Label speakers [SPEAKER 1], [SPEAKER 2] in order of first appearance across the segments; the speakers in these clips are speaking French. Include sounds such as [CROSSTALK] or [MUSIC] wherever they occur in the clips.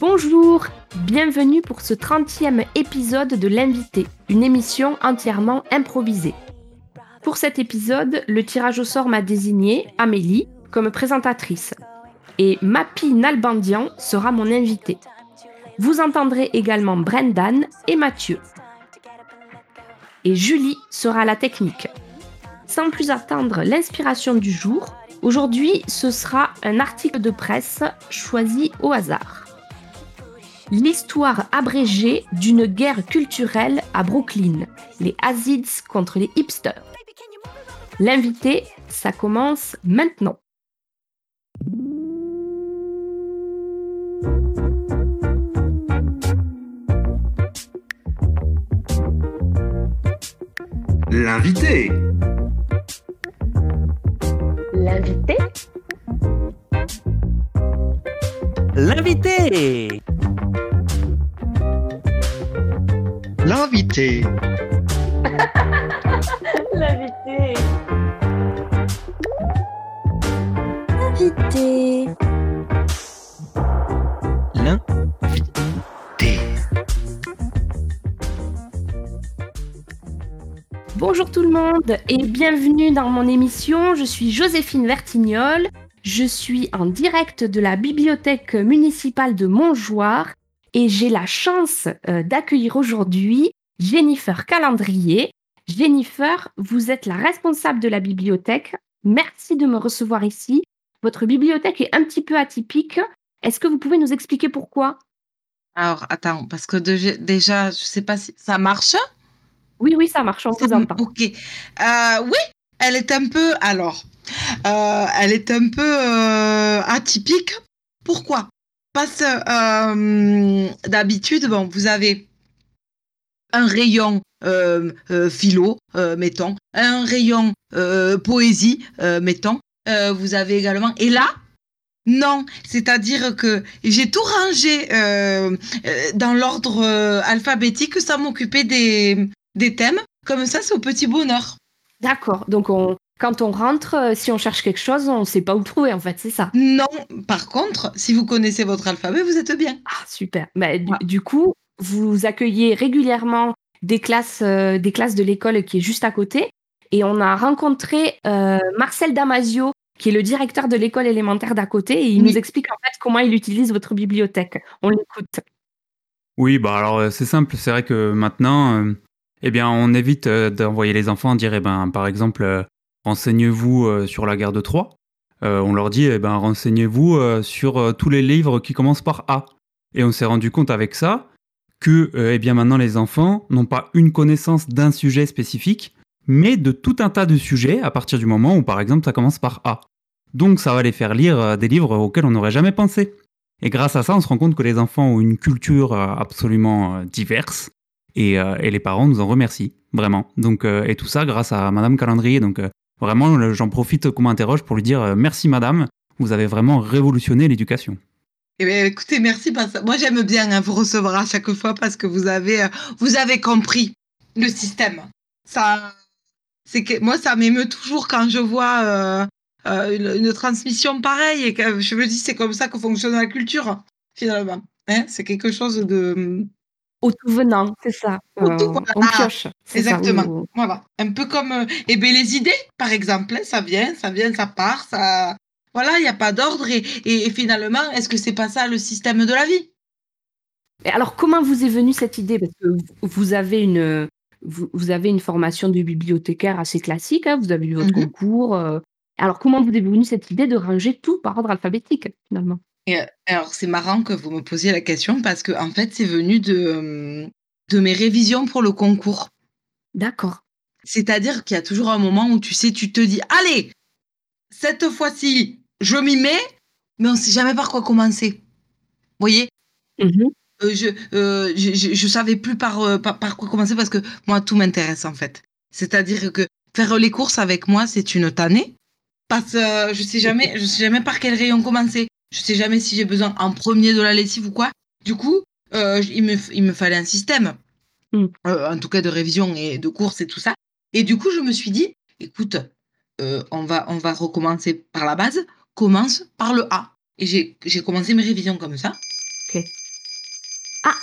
[SPEAKER 1] Bonjour, bienvenue pour ce 30e épisode de L'invité, une émission entièrement improvisée. Pour cet épisode, le tirage au sort m'a désigné, Amélie, comme présentatrice. Et Mapi Nalbandian sera mon invité. Vous entendrez également Brendan et Mathieu. Et Julie sera à la technique. Sans plus attendre l'inspiration du jour, aujourd'hui ce sera un article de presse choisi au hasard l'histoire abrégée d'une guerre culturelle à Brooklyn, les Azids contre les hipsters. L'invité, ça commence maintenant.
[SPEAKER 2] L'invité
[SPEAKER 1] L'invité
[SPEAKER 3] L'invité
[SPEAKER 2] L'invité
[SPEAKER 4] L'invité.
[SPEAKER 5] Invité.
[SPEAKER 2] T.
[SPEAKER 1] Bonjour tout le monde et bienvenue dans mon émission. Je suis Joséphine Vertignol. Je suis en direct de la bibliothèque municipale de Montjoie et j'ai la chance euh, d'accueillir aujourd'hui Jennifer Calendrier. Jennifer, vous êtes la responsable de la bibliothèque. Merci de me recevoir ici. Votre bibliothèque est un petit peu atypique. Est-ce que vous pouvez nous expliquer pourquoi
[SPEAKER 4] Alors, attends, parce que de- déjà, je sais pas si ça marche.
[SPEAKER 1] Oui, oui, ça marche, on vous
[SPEAKER 4] Ça-
[SPEAKER 1] entend.
[SPEAKER 4] Mhm, Ok. Euh, oui, elle est un peu. Alors, euh, elle est un peu euh, atypique. Pourquoi Parce euh, d'habitude, bon, vous avez un rayon euh, euh, philo, euh, mettons, un rayon euh, poésie, euh, mettons. Euh, vous avez également. Et là, non, c'est-à-dire que j'ai tout rangé euh, euh, dans l'ordre euh, alphabétique sans m'occuper des, des thèmes. Comme ça, c'est au petit bonheur.
[SPEAKER 1] D'accord, donc on- quand on rentre, euh, si on cherche quelque chose, on ne sait pas où le trouver en fait, c'est ça.
[SPEAKER 4] Non, par contre, si vous connaissez votre alphabet, vous êtes bien.
[SPEAKER 1] Ah, super. Bah, du,
[SPEAKER 4] Ouais.
[SPEAKER 1] du coup, vous accueillez régulièrement des classes, euh, des classes de l'école qui est juste à côté. Et on a rencontré euh, Marcel Damasio, qui est le directeur de l'école élémentaire d'à côté, et il
[SPEAKER 4] Oui.
[SPEAKER 1] nous explique en fait comment il utilise votre bibliothèque. On l'écoute.
[SPEAKER 6] Oui, bah alors euh, c'est simple, c'est vrai que maintenant, euh, eh bien, on évite euh, d'envoyer les enfants dire, eh ben, par exemple, euh, renseignez-vous euh, sur la guerre de Troie. Euh, on leur dit, eh ben, renseignez-vous euh, sur euh, tous les livres qui commencent par A. Et on s'est rendu compte avec ça que, euh, eh bien, maintenant, les enfants n'ont pas une connaissance d'un sujet spécifique, mais de tout un tas de sujets à partir du moment où, par exemple, ça commence par A. Donc, ça va les faire lire euh, des livres auxquels on n'aurait jamais pensé. Et grâce à ça, on se rend compte que les enfants ont une culture euh, absolument euh, diverse. Et, euh, et les parents nous en remercient, vraiment. Donc, euh, et tout ça grâce à Madame Calendrier. Donc, euh, vraiment, le- j'en profite qu'on m'interroge pour lui dire euh, merci, Madame. Vous avez vraiment révolutionné l'éducation.
[SPEAKER 4] Eh bien, écoutez, merci. parce que Moi, j'aime bien hein, vous recevoir à chaque fois parce que vous avez, euh, vous avez compris le système. Ça, c'est que moi, ça m'émeut toujours quand je vois euh, euh, une, une transmission pareille et que je me dis c'est comme ça que fonctionne la culture finalement. Hein, c'est quelque chose de
[SPEAKER 1] Au tout venant, c'est ça.
[SPEAKER 4] Au tout
[SPEAKER 1] Euh,
[SPEAKER 4] venant.
[SPEAKER 1] on pioche. c'est ça,
[SPEAKER 4] exactement.
[SPEAKER 1] oui, oui.
[SPEAKER 4] Voilà, un peu comme euh, eh ben, les idées, par exemple, hein, ça vient, ça vient, ça part, ça. Voilà, il n'y a pas d'ordre et, et- et finalement, est-ce que c'est pas ça le système de la vie
[SPEAKER 1] Et alors, comment vous est venue cette idée Parce que vous- vous avez une, vous, vous avez une formation de bibliothécaire assez classique, hein, vous avez eu votre
[SPEAKER 4] Mhm.
[SPEAKER 1] concours. euh. alors, comment vous est venue cette idée de ranger tout par ordre alphabétique, finalement
[SPEAKER 4] Et, euh, Alors c'est marrant que vous me posiez la question parce que en fait c'est venu de euh, de mes révisions pour le concours.
[SPEAKER 1] D'accord.
[SPEAKER 4] C'est-à-dire qu'il y a toujours un moment où tu sais, tu te dis allez cette fois-ci je m'y mets, mais on sait jamais par quoi commencer. Vous voyez
[SPEAKER 1] Mmh
[SPEAKER 4] Euh, je, euh, je, je, je savais plus par, euh, par, par quoi commencer parce que moi, tout m'intéresse en fait. C'est-à-dire que faire les courses avec moi, c'est une tannée. Parce que euh, je sais jamais, je sais jamais par quel rayon commencer. Je sais jamais si j'ai besoin en premier de la lessive ou quoi. Du coup, euh, il, me, il me fallait un système,
[SPEAKER 1] Mm.
[SPEAKER 4] Euh, en tout cas de révision et de course et tout ça. Et du coup, je me suis dit, écoute, euh, on, va, on va recommencer par la base, commence par le A. Et j'ai j'ai commencé mes révisions comme ça.
[SPEAKER 1] Ok. Ah.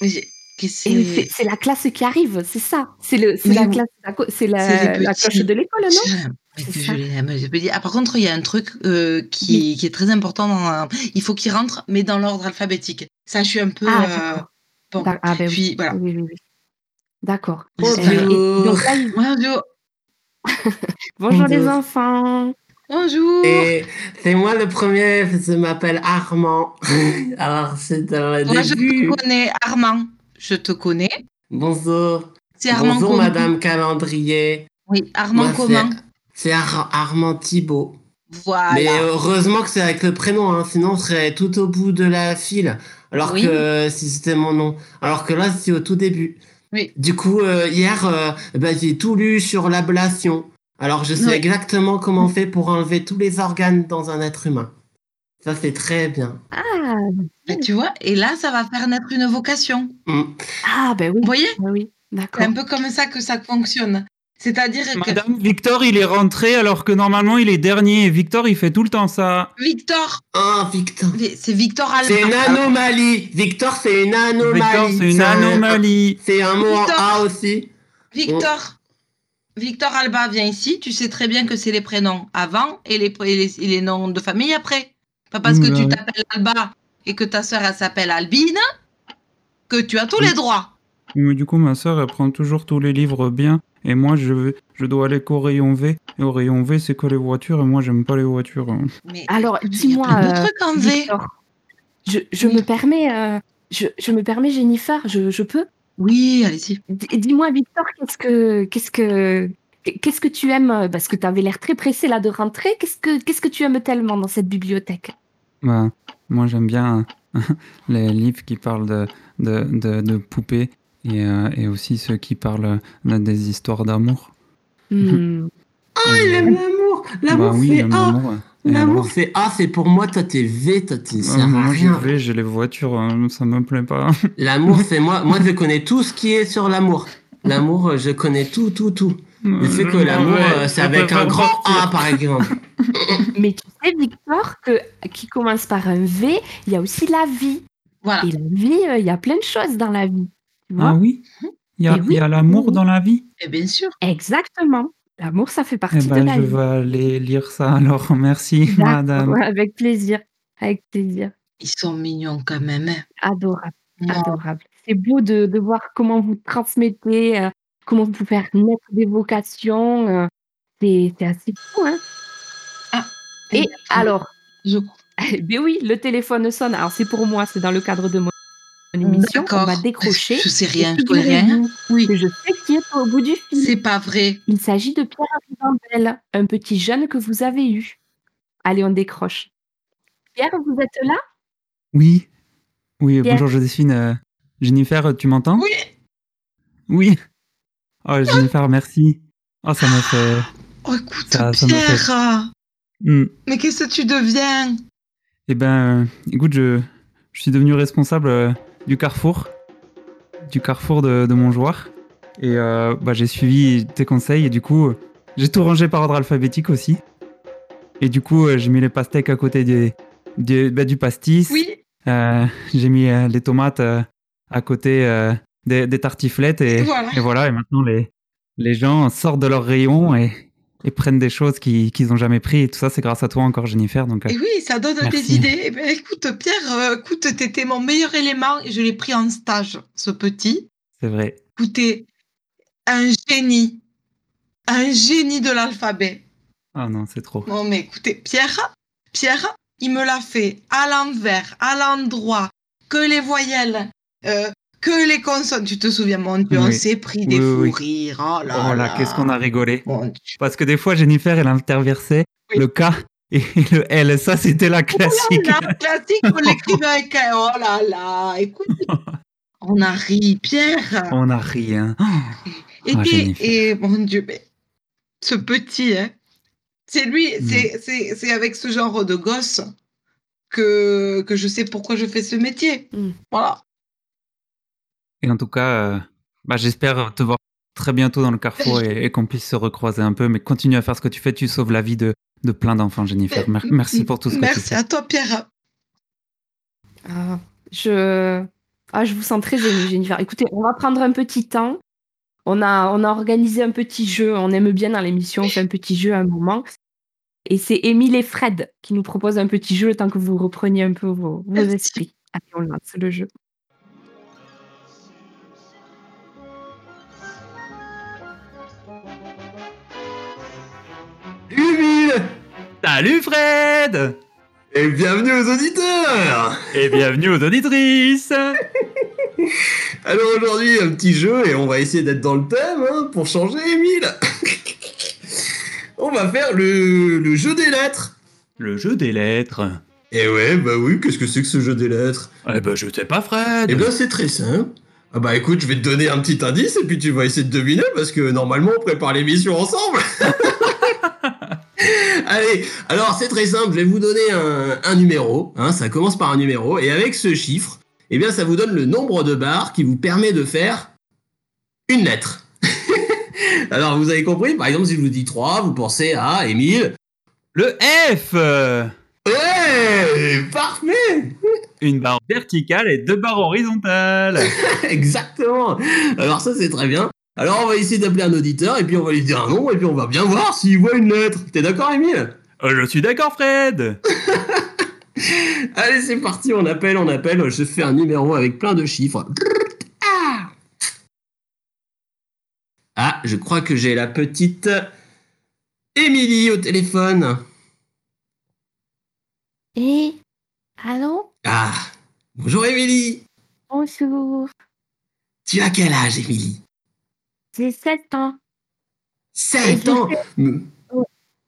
[SPEAKER 4] Mais j'ai- qu'est-ce
[SPEAKER 1] Et
[SPEAKER 4] que
[SPEAKER 1] c'est- c'est la classe qui arrive, c'est ça. C'est le, c'est
[SPEAKER 4] Oui,
[SPEAKER 1] la
[SPEAKER 4] oui.
[SPEAKER 1] classe, la co- c'est
[SPEAKER 4] C'est
[SPEAKER 1] la,
[SPEAKER 4] les
[SPEAKER 1] la
[SPEAKER 4] petits.
[SPEAKER 1] cloche de l'école, Ah non
[SPEAKER 4] Je- mais
[SPEAKER 1] C'est
[SPEAKER 4] que
[SPEAKER 1] ça.
[SPEAKER 4] je l'ai- mais je peux dire. Ah, par contre, il y a un truc euh, qui, qui est très important. dans- il faut qu'il rentre, mais dans l'ordre alphabétique. Ça, je suis un peu.
[SPEAKER 1] Ah,
[SPEAKER 4] euh,
[SPEAKER 1] d'accord.
[SPEAKER 4] bon.
[SPEAKER 1] D'ac- Ah, ben oui.
[SPEAKER 4] Puis voilà.
[SPEAKER 1] Oui, oui, oui. D'accord.
[SPEAKER 4] Bonjour.
[SPEAKER 1] Et- et donc là, il-
[SPEAKER 4] Bonjour.
[SPEAKER 1] Bonjour les
[SPEAKER 3] Bonjour.
[SPEAKER 1] enfants.
[SPEAKER 4] Bonjour.
[SPEAKER 3] Et c'est moi le premier, je m'appelle Armand. [LAUGHS] Alors, c'est dans le
[SPEAKER 4] Moi, je
[SPEAKER 3] début.
[SPEAKER 4] te connais, Armand. Je te connais.
[SPEAKER 3] Bonjour.
[SPEAKER 4] C'est Armand
[SPEAKER 3] Bonjour,
[SPEAKER 4] comment
[SPEAKER 3] Madame Calendrier.
[SPEAKER 4] Oui, Armand
[SPEAKER 3] Moi, c'est-
[SPEAKER 4] comment
[SPEAKER 3] C'est Ar- Armand Thibault.
[SPEAKER 4] Voilà.
[SPEAKER 3] Mais heureusement que c'est avec le prénom, hein, sinon on serait tout au bout de la file. Alors
[SPEAKER 4] Oui.
[SPEAKER 3] que si c'était mon nom. Alors que là, c'est au tout début.
[SPEAKER 4] Oui.
[SPEAKER 3] Du coup, euh, hier, euh, bah, j'ai tout lu sur l'ablation. Alors je sais
[SPEAKER 4] Oui.
[SPEAKER 3] exactement comment on fait pour enlever tous les organes dans un être humain. Ça, c'est très bien.
[SPEAKER 1] Ah,
[SPEAKER 4] Bah, tu vois, et là, ça va faire naître une vocation.
[SPEAKER 3] Mm.
[SPEAKER 1] ah ben oui,
[SPEAKER 4] Vous voyez
[SPEAKER 1] ben oui.
[SPEAKER 4] C'est
[SPEAKER 1] D'accord.
[SPEAKER 4] un peu comme ça que ça fonctionne. C'est-à-dire que
[SPEAKER 6] Madame Victor, il est rentré alors que normalement il est dernier. Victor, il fait tout le temps ça.
[SPEAKER 4] Victor,
[SPEAKER 3] Ah, Victor. Ah.
[SPEAKER 4] c'est Victor Alba.
[SPEAKER 3] C'est une anomalie. Victor, c'est une anomalie.
[SPEAKER 6] Victor, c'est une
[SPEAKER 3] un-
[SPEAKER 6] anomalie.
[SPEAKER 3] C'est un mot en
[SPEAKER 4] Victor.
[SPEAKER 3] A aussi.
[SPEAKER 4] Victor. Victor Alba vient ici. Tu sais très bien que c'est les prénoms avant et les, et les, et les noms de famille après. Pas parce que
[SPEAKER 6] Oula.
[SPEAKER 4] tu t'appelles Alba et que ta sœur elle s'appelle Albine que tu as tous les droits.
[SPEAKER 6] Mais du coup, ma sœur, elle prend toujours tous les livres bien. Et moi, je, vais- je dois aller qu'au rayon V. Et au rayon V, c'est que les voitures. Et moi, j'aime pas les voitures. hein.
[SPEAKER 4] Mais
[SPEAKER 1] Alors,
[SPEAKER 4] il y a
[SPEAKER 1] Ah, dis-moi.
[SPEAKER 4] plein de
[SPEAKER 1] euh,
[SPEAKER 4] trucs en V.
[SPEAKER 1] Victor, je, je
[SPEAKER 4] Oui.
[SPEAKER 1] me permets, euh, je, je me permets, Jennifer, je, je peux.
[SPEAKER 4] Oui, allez-y.
[SPEAKER 1] D- Dis-moi, Victor, qu'est-ce que, qu'est-ce que, qu'est-ce que tu aimes euh, Parce que tu avais l'air très pressé là de rentrer. Qu'est-ce que, qu'est-ce que tu aimes tellement dans cette bibliothèque
[SPEAKER 6] Bah, moi, j'aime bien euh, [LAUGHS] les livres qui parlent de, de, de, de poupées. Et, euh, et aussi ceux qui parlent euh, des histoires d'amour.
[SPEAKER 1] Hmm.
[SPEAKER 3] Ah, il aime l'amour. L'amour,
[SPEAKER 6] Bah oui,
[SPEAKER 3] c'est
[SPEAKER 6] j'aime
[SPEAKER 3] A.
[SPEAKER 6] l'amour. ouais. Et
[SPEAKER 3] L'amour,
[SPEAKER 6] alors
[SPEAKER 3] c'est A. C'est pour moi. Toi, t'es V. Toi, t'es
[SPEAKER 6] Euh,
[SPEAKER 3] sert à
[SPEAKER 6] moi, j'y
[SPEAKER 3] rien.
[SPEAKER 6] vais, j'ai les voitures, euh, ça me plaît pas.
[SPEAKER 3] L'amour, c'est moi. Moi, je connais tout ce qui est sur l'amour. L'amour, euh, je connais tout, tout, tout. Je sais
[SPEAKER 6] Ah,
[SPEAKER 3] que l'amour, euh, c'est avec un grand A, par exemple.
[SPEAKER 1] Mais tu sais, Victor, que, qui commence par un V, il y a aussi la vie.
[SPEAKER 4] Voilà.
[SPEAKER 1] Et la vie, euh, il y a plein de choses dans la vie. Tu vois
[SPEAKER 6] Ah oui Il y a,
[SPEAKER 1] Eh oui.
[SPEAKER 6] il y a l'amour dans la vie
[SPEAKER 4] Et bien sûr.
[SPEAKER 1] Exactement. L'amour, ça fait
[SPEAKER 6] Ah. Eh
[SPEAKER 1] partie
[SPEAKER 6] ben,
[SPEAKER 1] de la
[SPEAKER 6] je
[SPEAKER 1] vie.
[SPEAKER 6] vais aller lire ça alors. Merci,
[SPEAKER 1] D'accord, [LAUGHS]
[SPEAKER 6] madame.
[SPEAKER 1] Avec plaisir. Avec plaisir.
[SPEAKER 4] Ils sont mignons quand même. hein.
[SPEAKER 1] Adorable.
[SPEAKER 4] Moi,
[SPEAKER 1] Adorable. C'est beau de, de voir comment vous transmettez, euh, comment vous pouvez faire naître des vocations. euh, c'est c'est assez fou. Hein Et alors, [LAUGHS]
[SPEAKER 4] je-
[SPEAKER 1] ben oui, le téléphone sonne. Alors, c'est pour moi, c'est dans le cadre de mon émission. On
[SPEAKER 4] D'accord.
[SPEAKER 1] va décrocher.
[SPEAKER 4] Je sais
[SPEAKER 1] Et
[SPEAKER 4] rien, je connais rien.
[SPEAKER 1] figurez-vous
[SPEAKER 4] Oui,
[SPEAKER 1] que Je sais qui est au bout du fil.
[SPEAKER 4] c'est pas vrai.
[SPEAKER 1] Il s'agit de Pierre Rivandel, un petit jeune que vous avez eu. Allez, on décroche. Pierre, vous êtes là
[SPEAKER 6] Oui. Oui,
[SPEAKER 1] Pierre.
[SPEAKER 6] bonjour Joséphine. Euh, Jennifer, tu m'entends
[SPEAKER 4] Oui.
[SPEAKER 6] Oui. Oh, Jennifer, merci. Oh, ça m'a fait.
[SPEAKER 4] Oh, écoute,
[SPEAKER 6] Ça- ça me fait-
[SPEAKER 4] Pierre, ah,
[SPEAKER 6] Hmm.
[SPEAKER 4] mais qu'est-ce que tu deviens
[SPEAKER 6] Eh ben, euh, écoute, je, je suis devenu responsable euh, du carrefour, du carrefour de, de mon joueur. Et euh, bah, j'ai suivi tes conseils et du coup, euh, j'ai tout rangé par ordre alphabétique aussi. Et du coup, euh, j'ai mis les pastèques à côté des, des- bah, du pastis.
[SPEAKER 4] Oui,
[SPEAKER 6] Euh, j'ai mis euh, les tomates euh, à côté euh, des, des tartiflettes. Et,
[SPEAKER 4] voilà.
[SPEAKER 6] et voilà, et maintenant les, les gens sortent de leur rayon et, et prennent des choses qui- qu'ils n'ont jamais pris. Et tout ça, c'est grâce à toi encore, Jennifer. Donc, euh,
[SPEAKER 4] Et oui, ça donne des
[SPEAKER 6] Merci.
[SPEAKER 4] idées. Eh ben, écoute, Pierre, euh, écoute, t'étais mon meilleur élément et je l'ai pris en stage, ce petit.
[SPEAKER 6] c'est vrai.
[SPEAKER 4] Écoute, t'es un génie. Un génie de l'alphabet.
[SPEAKER 6] Ah non, c'est trop.
[SPEAKER 4] Bon, mais écoutez, Pierre, Pierre, il me l'a fait à l'envers, à l'endroit, que les voyelles, euh, que les consonnes. Tu te souviens, mon Dieu, on
[SPEAKER 6] Oui.
[SPEAKER 4] s'est pris des
[SPEAKER 6] Oui,
[SPEAKER 4] fous
[SPEAKER 6] oui, oui.
[SPEAKER 4] rires. Oh là
[SPEAKER 6] Oh là,
[SPEAKER 4] là.
[SPEAKER 6] qu'est-ce qu'on a rigolé.
[SPEAKER 4] Mon
[SPEAKER 6] [LAUGHS]
[SPEAKER 4] Dieu.
[SPEAKER 6] Parce que des fois, Jennifer, elle interversait
[SPEAKER 4] Oui. Oh
[SPEAKER 6] le K et [LAUGHS] le L. Ça, c'était la classique.
[SPEAKER 4] Là, classique, on l'écrivait avec un- Oh là là,
[SPEAKER 6] [LAUGHS]
[SPEAKER 4] écoute. On a ri, Pierre.
[SPEAKER 6] On a ri. hein.
[SPEAKER 4] Et,
[SPEAKER 6] Ah,
[SPEAKER 4] t'es-
[SPEAKER 6] Jennifer.
[SPEAKER 4] et mon Dieu, mais ce petit, hein, c'est lui,
[SPEAKER 6] Mm.
[SPEAKER 4] c'est- c'est c'est avec ce genre de gosse que, que je sais pourquoi je fais ce métier.
[SPEAKER 1] Mm.
[SPEAKER 4] Voilà.
[SPEAKER 6] Et en tout cas, euh, bah, j'espère te voir très bientôt dans
[SPEAKER 4] [LAUGHS]
[SPEAKER 6] le carrefour et, et qu'on puisse se recroiser un peu. Mais continue à faire ce que tu fais. Tu sauves la vie de, de plein d'enfants, Jennifer. Mer- merci pour tout ce que tu
[SPEAKER 4] Merci
[SPEAKER 6] fais.
[SPEAKER 4] à toi, Pierre.
[SPEAKER 1] Ah, je... Ah, je vous sens très émue, Jennifer. Écoutez, on va prendre un petit temps. On a, on a organisé un petit jeu. On aime bien dans l'émission, on fait un petit jeu à un moment. Et c'est Émile et Fred qui nous proposent un petit jeu tant que vous repreniez un peu vos, vos
[SPEAKER 4] Merci.
[SPEAKER 1] esprits. Allez, on lance le jeu.
[SPEAKER 3] Humile
[SPEAKER 6] Salut Fred
[SPEAKER 3] Et bienvenue aux auditeurs
[SPEAKER 6] Et bienvenue aux auditrices
[SPEAKER 3] Alors aujourd'hui, un petit jeu et on va essayer d'être dans le thème hein, pour changer, Emile [LAUGHS] On va faire le, le jeu des lettres
[SPEAKER 6] Le jeu des lettres.
[SPEAKER 3] Eh ouais, bah oui, qu'est-ce que c'est que ce jeu des lettres
[SPEAKER 6] Eh ben je sais pas Fred
[SPEAKER 3] Eh bien, c'est très simple. Ah bah écoute, je vais te donner un petit indice et puis tu vas essayer de deviner parce que normalement on prépare l'émission ensemble. [LAUGHS] Allez, alors c'est très simple, je vais vous donner un, un numéro, hein, ça commence par un numéro, et avec ce chiffre, eh bien ça vous donne le nombre de barres qui vous permet de faire une lettre. [LAUGHS] alors vous avez compris, par exemple si je vous dis 3, vous pensez à Émile.
[SPEAKER 6] Le F euh,
[SPEAKER 3] Ouais, Eh, parfait
[SPEAKER 6] Une barre verticale et deux barres horizontales
[SPEAKER 3] [LAUGHS] Exactement. Alors ça c'est très bien. Alors on va essayer d'appeler un auditeur et puis on va lui dire un nom et puis on va bien voir s'il voit une lettre. T'es d'accord Emile
[SPEAKER 6] Euh, Je suis d'accord Fred
[SPEAKER 3] Allez c'est parti, on appelle, on appelle. Je fais un numéro avec plein de chiffres. Ah. Ah, je crois que j'ai la petite Émilie au téléphone.
[SPEAKER 1] Et allô
[SPEAKER 3] Ah, bonjour Émilie.
[SPEAKER 1] Bonjour,
[SPEAKER 3] Tu as quel âge Émilie
[SPEAKER 1] j'ai 7 ans.
[SPEAKER 3] 7 ans. Mm.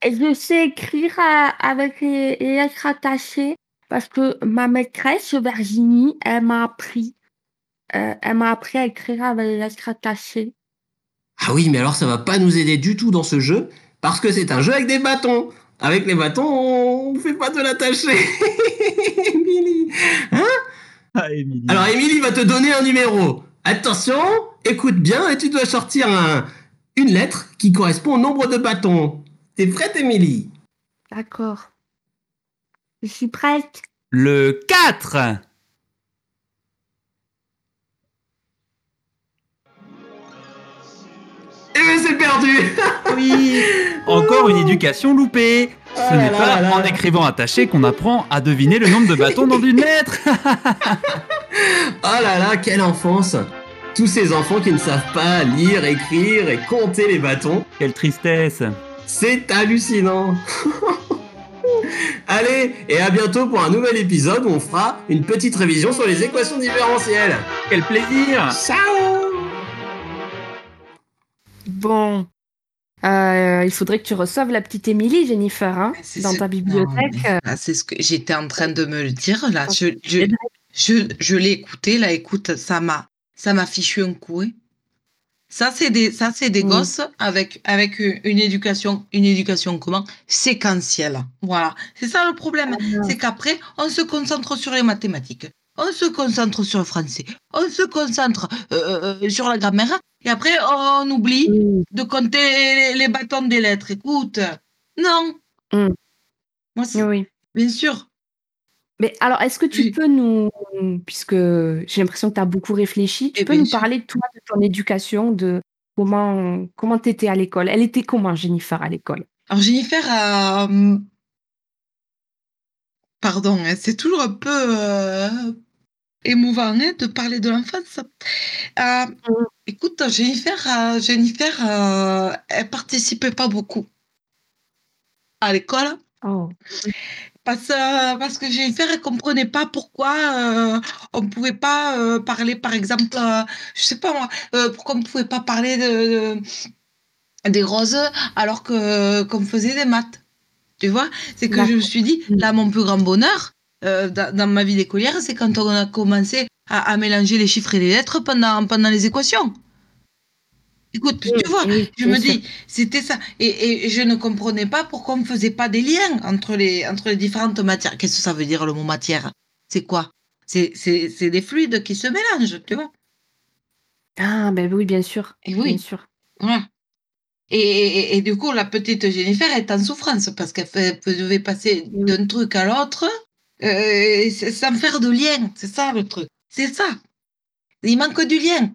[SPEAKER 1] Et je sais écrire avec les lettres attachées parce que ma maîtresse Virginie, elle m'a appris. euh, elle m'a appris à écrire avec les lettres attachées.
[SPEAKER 3] Ah oui, mais alors ça va pas nous aider du tout dans ce jeu, parce que c'est un jeu avec des bâtons. Avec les bâtons, on fait pas de l'attacher. [LAUGHS] Émilie.
[SPEAKER 6] Ah Émilie
[SPEAKER 3] Alors Émilie va te donner un numéro. Attention, écoute bien et tu dois sortir un- une lettre qui correspond au nombre de bâtons. T'es prête, Émilie
[SPEAKER 1] D'accord. Je suis prête.
[SPEAKER 6] Le 4
[SPEAKER 3] Eh ben c'est perdu [LAUGHS]
[SPEAKER 6] Oui Encore une éducation loupée
[SPEAKER 3] Oh
[SPEAKER 6] Ce
[SPEAKER 3] là
[SPEAKER 6] n'est
[SPEAKER 3] là
[SPEAKER 6] pas
[SPEAKER 3] là là.
[SPEAKER 6] en écrivant attaché qu'on apprend à deviner le nombre de bâtons dans une
[SPEAKER 3] [LAUGHS]
[SPEAKER 6] lettre
[SPEAKER 3] Oh là là, quelle enfance Tous ces enfants qui ne savent pas lire, écrire et compter les bâtons.
[SPEAKER 6] Quelle tristesse
[SPEAKER 3] C'est hallucinant [LAUGHS] Allez, et à bientôt pour un nouvel épisode où on fera une petite révision sur les équations différentielles.
[SPEAKER 6] Quel plaisir
[SPEAKER 3] Ciao
[SPEAKER 1] Bon. Euh, il faudrait que tu reçoives la petite Émilie, Jennifer, hein,
[SPEAKER 4] Mais c'est
[SPEAKER 1] dans
[SPEAKER 4] ce-
[SPEAKER 1] ta bibliothèque.
[SPEAKER 4] Non, mais ah, c'est ce que j'étais en train de me le dire là. Je, je,
[SPEAKER 1] Et ben-
[SPEAKER 4] je, je l'ai écouté là. Écoute, ça m'a, ça m'a fichu un coup. hein. Ça c'est des, ça c'est des
[SPEAKER 1] Mm.
[SPEAKER 4] gosses avec avec une une éducation, une éducation comment séquentielle. Voilà, c'est ça le problème. C'est qu'après on se concentre sur les mathématiques, on se concentre sur le français, on se concentre euh, euh, sur la grammaire et après on oublie
[SPEAKER 1] Oui.
[SPEAKER 4] de compter les, les bâtons des lettres. Écoute, non.
[SPEAKER 1] Mm.
[SPEAKER 4] Moi, c'est-
[SPEAKER 1] Oui.
[SPEAKER 4] bien sûr.
[SPEAKER 1] Mais alors, est-ce que tu
[SPEAKER 4] Oui.
[SPEAKER 1] peux nous, puisque j'ai l'impression que tu as beaucoup réfléchi, tu
[SPEAKER 4] Eh
[SPEAKER 1] peux
[SPEAKER 4] bien
[SPEAKER 1] nous
[SPEAKER 4] sûr.
[SPEAKER 1] parler, toi, de ton éducation, de comment comment t'étais à l'école Elle était comment, Jennifer, à l'école
[SPEAKER 4] Alors, Jennifer a. hum, Pardon, hein, c'est toujours un peu euh, émouvant hein, de parler de l'enfance. Euh, écoute, Jennifer, euh, Jennifer euh, elle participait pas beaucoup à l'école.
[SPEAKER 1] Oh,
[SPEAKER 4] Parce, euh, parce que Jennifer, elle comprenait pas pourquoi euh, on ne pouvait pas euh, parler, par exemple, euh, je sais pas moi, euh, pourquoi on ne pouvait pas parler de, de- des roses alors que qu'on faisait des maths. Tu vois C'est que je me suis dit, là, mon plus grand bonheur euh, dans, dans ma vie d'écolière, c'est quand on a commencé à, à mélanger les chiffres et les lettres pendant, pendant les équations. Écoute,
[SPEAKER 1] Mm.
[SPEAKER 4] tu vois, je me dis, c'était ça. Et, et je ne comprenais pas pourquoi on ne faisait pas des liens entre les, entre les différentes matières. Qu'est-ce que ça veut dire le mot matière C'est quoi C'est des fluides qui se mélangent, tu vois
[SPEAKER 1] Ah, ben oui, bien sûr.
[SPEAKER 4] Et Eh oui.
[SPEAKER 1] Bien sûr.
[SPEAKER 4] Voilà. Et, et, et, du coup, la petite Jennifer est en souffrance parce qu'elle devait passer
[SPEAKER 1] Mm.
[SPEAKER 4] d'un truc à l'autre euh, sans faire de lien. C'est ça le truc. C'est ça. Il manque du lien.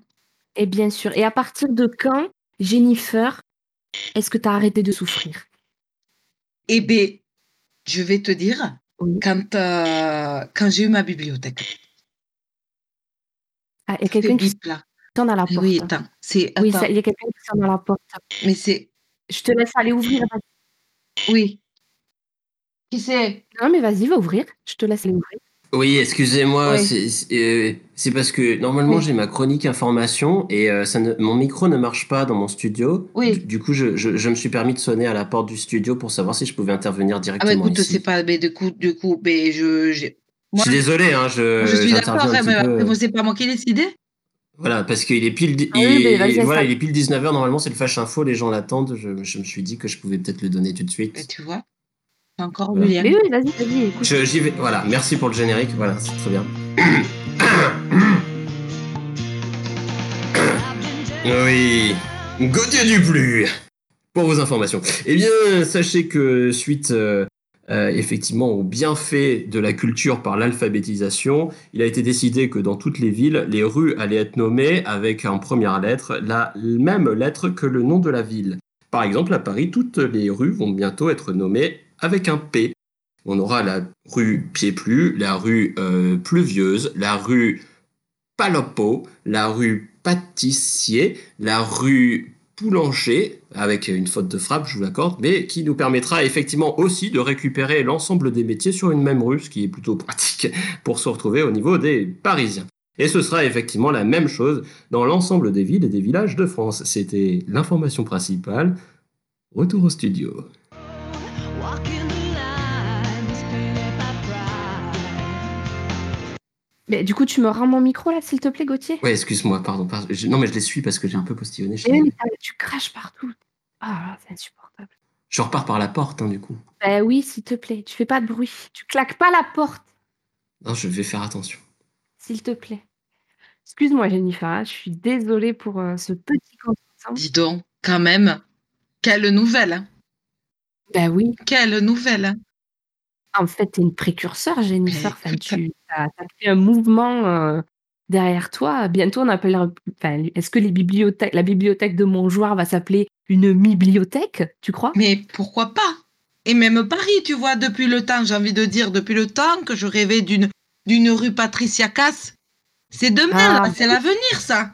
[SPEAKER 1] Et bien sûr. Et à partir de quand, Jennifer, est-ce que tu as arrêté de souffrir
[SPEAKER 4] Eh bien, je vais te dire, oui. quand, euh, quand j'ai eu ma bibliothèque.
[SPEAKER 1] Ah, il y a quelqu'un qui sonne à la porte.
[SPEAKER 4] Eh Oui, attends. attends.
[SPEAKER 1] Oui, il y a quelqu'un qui sonne à la porte.
[SPEAKER 4] Mais c'est.
[SPEAKER 1] Je te laisse aller ouvrir.
[SPEAKER 4] Oui. Qui c'est
[SPEAKER 1] Non, mais vas-y, va ouvrir. Je te laisse aller ouvrir.
[SPEAKER 3] Oui, excusez-moi, oui. c'est euh, parce que normalement oui. j'ai ma chronique information et euh, ça ne, mon micro ne marche pas dans mon studio.
[SPEAKER 4] Oui.
[SPEAKER 3] Du, du coup, je, je, je, me suis permis de sonner à la porte du studio pour savoir si je pouvais intervenir directement. Ah,
[SPEAKER 4] mais écoute,
[SPEAKER 3] ici.
[SPEAKER 4] pas, mais du coup, du coup, mais je.
[SPEAKER 3] je, moi, je suis désolé, hein, je.
[SPEAKER 4] Je suis d'accord,
[SPEAKER 3] euh,
[SPEAKER 4] mais, mais c'est pas moi qui décidé.
[SPEAKER 3] Voilà, parce qu'il est pile, il, ah oui, il, voilà, il est pile 19h, normalement c'est le flash info, les gens l'attendent, je, me suis dit que je pouvais peut-être le donner tout de suite.
[SPEAKER 4] Mais tu vois encore
[SPEAKER 1] voilà. Oui, oui, vas-y, vas-y.
[SPEAKER 3] Je, j'y vais. Voilà, merci pour le générique. Voilà, c'est très bien. [COUGHS] oui, Gauthier Duplu, pour vos informations. Eh bien, sachez que suite. Euh, euh, effectivement, au bienfait de la culture par l'alphabétisation, il a été décidé que dans toutes les villes, les rues allaient être nommées avec en première lettre la même lettre que le nom de la ville. Par exemple, à Paris, toutes les rues vont bientôt être nommées avec un P. On aura la rue Pieplu, la rue euh, Pluvieuse, la rue Palopo, la rue Pâtissier, la rue Boulanger, avec une faute de frappe, je vous l'accorde, mais qui nous permettra effectivement aussi de récupérer l'ensemble des métiers sur une même rue, ce qui est plutôt pratique pour se retrouver au niveau des Parisiens. Et ce sera effectivement la même chose dans l'ensemble des villes et des villages de France. C'était l'information principale. Retour au studio.
[SPEAKER 1] Mais du coup, tu me rends mon micro là, s'il te plaît, Gauthier
[SPEAKER 3] Ouais, excuse-moi, pardon. pardon. Je... non, mais je les suis parce que j'ai un peu postillonné. Je...
[SPEAKER 1] Eh, Mais, mais, tu craches partout. Ah, oh, c'est insupportable.
[SPEAKER 3] Je repars par la porte, hein, du coup.
[SPEAKER 1] Bah oui, s'il te plaît, tu fais pas de bruit. Tu claques pas la porte.
[SPEAKER 3] Non, je vais faire attention.
[SPEAKER 1] S'il te plaît. Excuse-moi, Jennifer, hein, je suis désolée pour euh, ce petit contretemps.
[SPEAKER 4] Dis donc, quand même, quelle nouvelle hein.
[SPEAKER 1] Bah oui.
[SPEAKER 4] Quelle nouvelle hein.
[SPEAKER 1] en fait, tu es une précurseur, [LAUGHS] Jennifer. Enfin, tu as, as, fait un mouvement euh, derrière toi. Bientôt, on appelle. Enfin, Est-ce que les bibliothèques, la bibliothèque de Montjoie va s'appeler une bibliothèque, tu crois
[SPEAKER 4] Mais pourquoi pas Et même Paris, tu vois, depuis le temps, j'ai envie de dire, depuis le temps que je rêvais d'une d'une rue Patricia Cass. C'est demain, ah, c'est l'avenir, ça.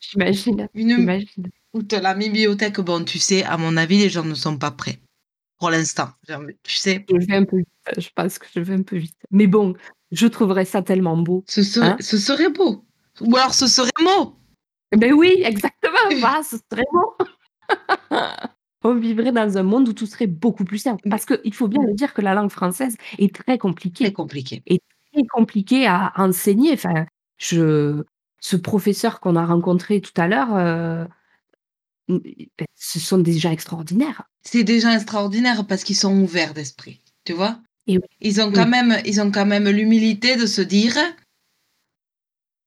[SPEAKER 1] J'imagine. Une...
[SPEAKER 4] Écoute, la bibliothèque, bon, tu sais, à mon avis, les gens ne sont pas prêts pour l'instant. Tu sais.
[SPEAKER 1] Je vais un peu vite. euh, Je pense que je vais un peu vite. Mais bon, je trouverais ça tellement beau.
[SPEAKER 4] Ce serait, hein ce serait beau. Ou alors ce serait beau.
[SPEAKER 1] Ben oui, exactement. [LAUGHS] voilà, ce serait beau. On vivrait dans un monde où tout serait beaucoup plus simple. Parce qu'il faut bien le dire que la langue française est très compliquée.
[SPEAKER 4] Très compliquée.
[SPEAKER 1] Et très compliquée à enseigner. Enfin, je... Ce professeur qu'on a rencontré tout à l'heure, euh ben, ce sont des gens extraordinaires.
[SPEAKER 4] C'est des gens extraordinaires parce qu'ils sont ouverts d'esprit, tu vois.
[SPEAKER 1] Et oui. Mm.
[SPEAKER 4] Ils ont quand
[SPEAKER 1] oui.
[SPEAKER 4] même, ils ont quand même l'humilité de se dire,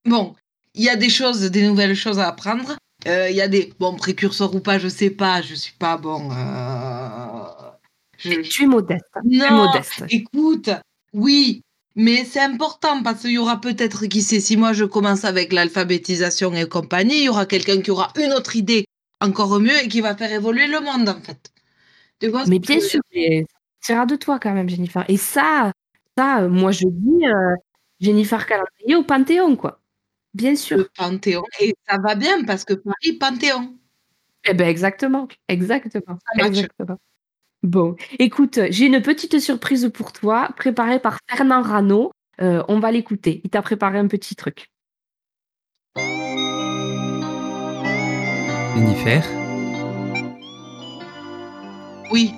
[SPEAKER 4] bon, il y a des choses, des nouvelles choses à apprendre. Il euh, y a des, bon, précurseurs ou pas, je sais pas, je suis pas bon. Euh...
[SPEAKER 1] Je... Tu es modeste.
[SPEAKER 4] Non,
[SPEAKER 1] es modeste.
[SPEAKER 4] écoute, oui, mais c'est important parce qu'il y aura peut-être, qui sait, si moi je commence avec l'alphabétisation et compagnie, il y aura quelqu'un qui aura une autre idée encore mieux et qui va faire évoluer le monde, en fait.
[SPEAKER 1] Tu vois, mais bien sûr, tira de toi quand même, Jennifer. Et ça, ça moi je dis euh, Jennifer Calendrier au Panthéon, quoi. Bien sûr.
[SPEAKER 4] Le Panthéon. Et ça va bien parce que Paris, Panthéon.
[SPEAKER 1] Eh ben exactement, exactement. exactement. Bon, écoute, j'ai une petite surprise pour toi, préparée par Fernand Rano. Euh, on va l'écouter. Il t'a préparé un petit truc.
[SPEAKER 6] Jennifer
[SPEAKER 4] Oui.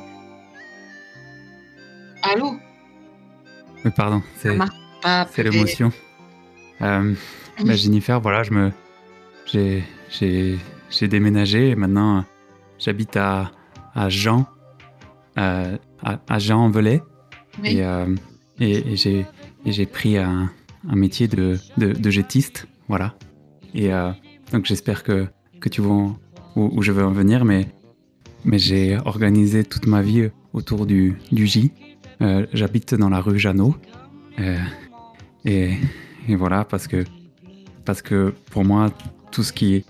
[SPEAKER 4] Allô
[SPEAKER 6] Mais Euh, pardon, c'est l'émotion. Euh, oui. bah Jennifer, voilà, je me, j'ai, j'ai déménagé et maintenant euh, j'habite à, à Jean, euh, à, à Jean en Velay.
[SPEAKER 4] Oui.
[SPEAKER 6] Et, euh, et- et j'ai- et j'ai pris un, un métier de, de, de jetiste. Voilà. Et euh, donc j'espère que, que tu vois en- où, où je veux en venir, mais, mais j'ai organisé toute ma vie autour du, du J. Euh, J'habite dans la rue Jeannot. Euh, et, et voilà, parce que, parce que pour moi, tout ce qui est,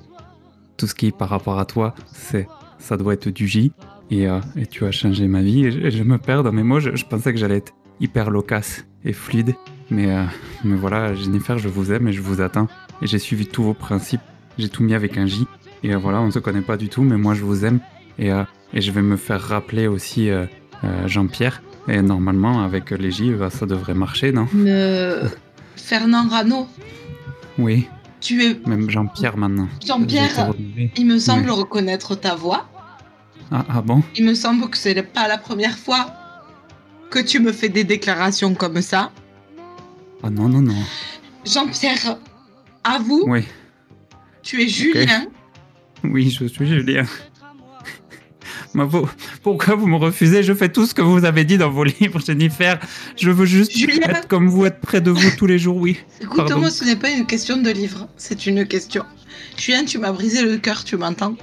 [SPEAKER 6] tout ce qui est par rapport à toi, c'est ça doit être du J. Et, euh, et tu as changé ma vie. Et je, et je me perds dans mes mots. Je, je pensais que j'allais être hyper loquace et fluide. Mais, euh, mais voilà, Jennifer, je vous aime et je vous attends. Et j'ai suivi tous vos principes. J'ai tout mis avec un J. Et euh, voilà, on ne se connaît pas du tout, mais moi je vous aime. Et, euh, et je vais me faire rappeler aussi euh, euh, Jean-Pierre. Et normalement, avec les J, bah, ça devrait marcher, non
[SPEAKER 4] Euh, Fernand Rano,
[SPEAKER 6] Oui,
[SPEAKER 4] tu es
[SPEAKER 6] même Jean-Pierre maintenant. J'ai été
[SPEAKER 4] Jean-Pierre.
[SPEAKER 6] retrouvé.
[SPEAKER 4] Il me semble reconnaître ta voix.
[SPEAKER 6] Ah, ah bon
[SPEAKER 4] Il me semble que ce n'est pas la première fois que tu me fais des déclarations comme ça.
[SPEAKER 6] Ah non, non, non.
[SPEAKER 4] Jean-Pierre, à vous,
[SPEAKER 6] Oui,
[SPEAKER 4] tu es Julien.
[SPEAKER 6] oui, je suis Julien. [LAUGHS] Ma vo- pourquoi vous me refusez Je fais tout ce que vous avez dit dans vos livres, Jennifer. Je veux juste
[SPEAKER 4] Julien.
[SPEAKER 6] être comme vous, être près de vous tous les jours, oui. Pardon.
[SPEAKER 4] Écoute-moi, ce n'est pas une question de livre, c'est une question. Julien, tu m'as brisé le cœur, tu m'entends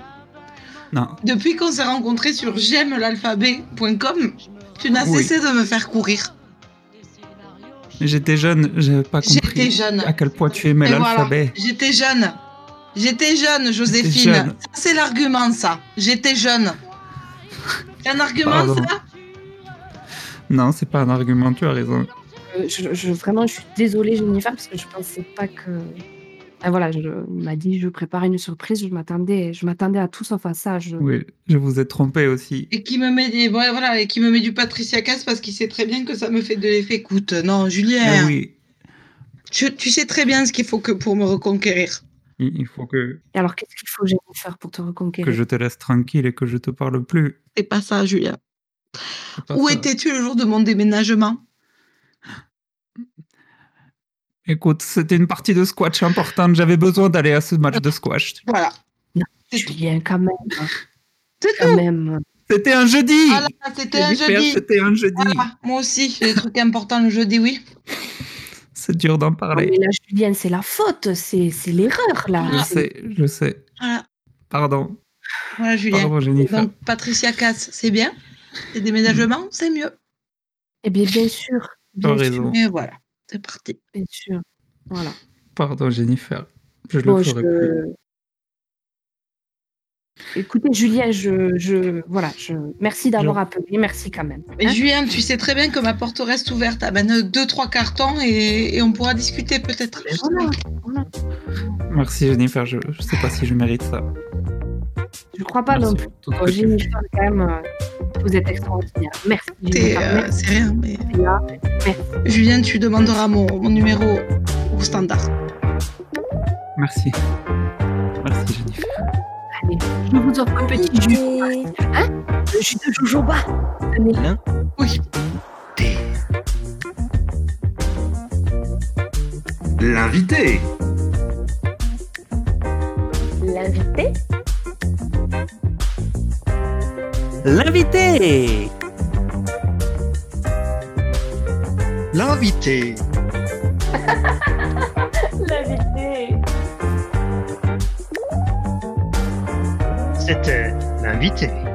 [SPEAKER 6] Non.
[SPEAKER 4] Depuis qu'on s'est rencontrés sur j'aime l'alphabet.com, tu n'as
[SPEAKER 6] Oui.
[SPEAKER 4] cessé de me faire courir.
[SPEAKER 6] J'étais jeune, j'avais pas
[SPEAKER 4] J'étais
[SPEAKER 6] compris
[SPEAKER 4] jeune.
[SPEAKER 6] à quel point tu aimais
[SPEAKER 4] Et voilà.
[SPEAKER 6] l'alphabet.
[SPEAKER 4] J'étais jeune. J'étais jeune, Joséphine.
[SPEAKER 6] jeune.
[SPEAKER 4] Ça, c'est l'argument, ça. J'étais jeune. C'est un argument,
[SPEAKER 6] Pardon.
[SPEAKER 4] ça
[SPEAKER 6] Non, c'est pas un argument, tu as raison.
[SPEAKER 1] Euh, je, je- vraiment, je suis désolée, Jennifer, parce que je pensais pas que. Ah, voilà, je- il m'a dit, je prépare une surprise, je m'attendais, je m'attendais à tout sauf à ça. Je...
[SPEAKER 6] Oui, je vous ai trompé aussi.
[SPEAKER 4] Et qui me met des... ouais, voilà, et qui me met du Patricia Cass parce qu'il sait très bien que ça me fait de l'effet. Écoute, non,
[SPEAKER 6] Eh
[SPEAKER 4] Julien,
[SPEAKER 6] oui,
[SPEAKER 4] tu, tu sais très bien ce qu'il faut que pour me reconquérir.
[SPEAKER 6] il il faut que,
[SPEAKER 1] Et Alors, qu'est-ce qu'il faut, Jennifer, pour te
[SPEAKER 6] que
[SPEAKER 1] reconquérir
[SPEAKER 6] je te laisse tranquille et que je te parle plus.
[SPEAKER 4] C'est pas ça, Julien.
[SPEAKER 6] C'est pas
[SPEAKER 4] Où
[SPEAKER 6] ça.
[SPEAKER 4] étais-tu le jour de mon déménagement
[SPEAKER 6] Écoute, c'était une partie de squash importante. J'avais besoin d'aller à ce match de squash.
[SPEAKER 4] Voilà. C'est tout.
[SPEAKER 1] Julien, quand même,
[SPEAKER 4] C'est
[SPEAKER 1] quand
[SPEAKER 4] tout.
[SPEAKER 1] même.
[SPEAKER 6] C'était un jeudi.
[SPEAKER 4] Voilà, Ah c'était un
[SPEAKER 6] Jennifer,
[SPEAKER 4] jeudi.
[SPEAKER 6] C'était un jeudi.
[SPEAKER 4] Voilà, moi aussi, j'ai des trucs importants le jeudi, oui.
[SPEAKER 6] C'est dur d'en
[SPEAKER 1] Non,
[SPEAKER 6] parler.
[SPEAKER 1] mais là, Julien, c'est la faute, c'est c'est l'erreur, là.
[SPEAKER 6] Je
[SPEAKER 4] Ah.
[SPEAKER 1] C'est-
[SPEAKER 6] sais, je sais.
[SPEAKER 4] Voilà,
[SPEAKER 6] Pardon,
[SPEAKER 4] voilà Julien.
[SPEAKER 6] pardon Jennifer.
[SPEAKER 4] Donc, Patricia Cass, c'est bien. Les déménagements, c'est mieux.
[SPEAKER 1] Eh bien, bien sûr.
[SPEAKER 6] Mm. T'as
[SPEAKER 1] Bien sûr,
[SPEAKER 6] raison.
[SPEAKER 4] Et voilà, c'est parti.
[SPEAKER 1] bien sûr. Voilà.
[SPEAKER 6] Pardon Jennifer. Je le
[SPEAKER 1] Bon,
[SPEAKER 6] ferai
[SPEAKER 1] je-
[SPEAKER 6] plus.
[SPEAKER 1] Écoutez, Julien, je, je, voilà, je, merci d'avoir appelé, merci quand même.
[SPEAKER 4] Mais
[SPEAKER 1] Hein
[SPEAKER 4] Julien, tu sais très bien que ma porte reste ouverte. Amène deux, trois cartons et, et on pourra discuter peut-être.
[SPEAKER 1] Voilà.
[SPEAKER 6] Merci Jennifer. Je, je sais pas si je mérite ça.
[SPEAKER 1] Je crois pas
[SPEAKER 6] Merci
[SPEAKER 1] non plus.
[SPEAKER 6] pour tout ce
[SPEAKER 1] Oh,
[SPEAKER 6] que tu fais.
[SPEAKER 1] Jennifer, quand même, euh, vous êtes extraordinaire. Merci.
[SPEAKER 4] T'es,
[SPEAKER 1] Jennifer.
[SPEAKER 4] euh,
[SPEAKER 1] Merci,
[SPEAKER 4] c'est rien, mais
[SPEAKER 1] Léa.
[SPEAKER 4] Julien, tu demanderas mon, mon numéro au standard.
[SPEAKER 6] Merci. Merci Jennifer.
[SPEAKER 1] Je vous offre un petit jus. Hein Le jus de jojoba. Tenez.
[SPEAKER 3] L'invité
[SPEAKER 5] L'invité
[SPEAKER 7] L'invité
[SPEAKER 8] L'invité,
[SPEAKER 5] L'invité
[SPEAKER 8] c'était l'invité.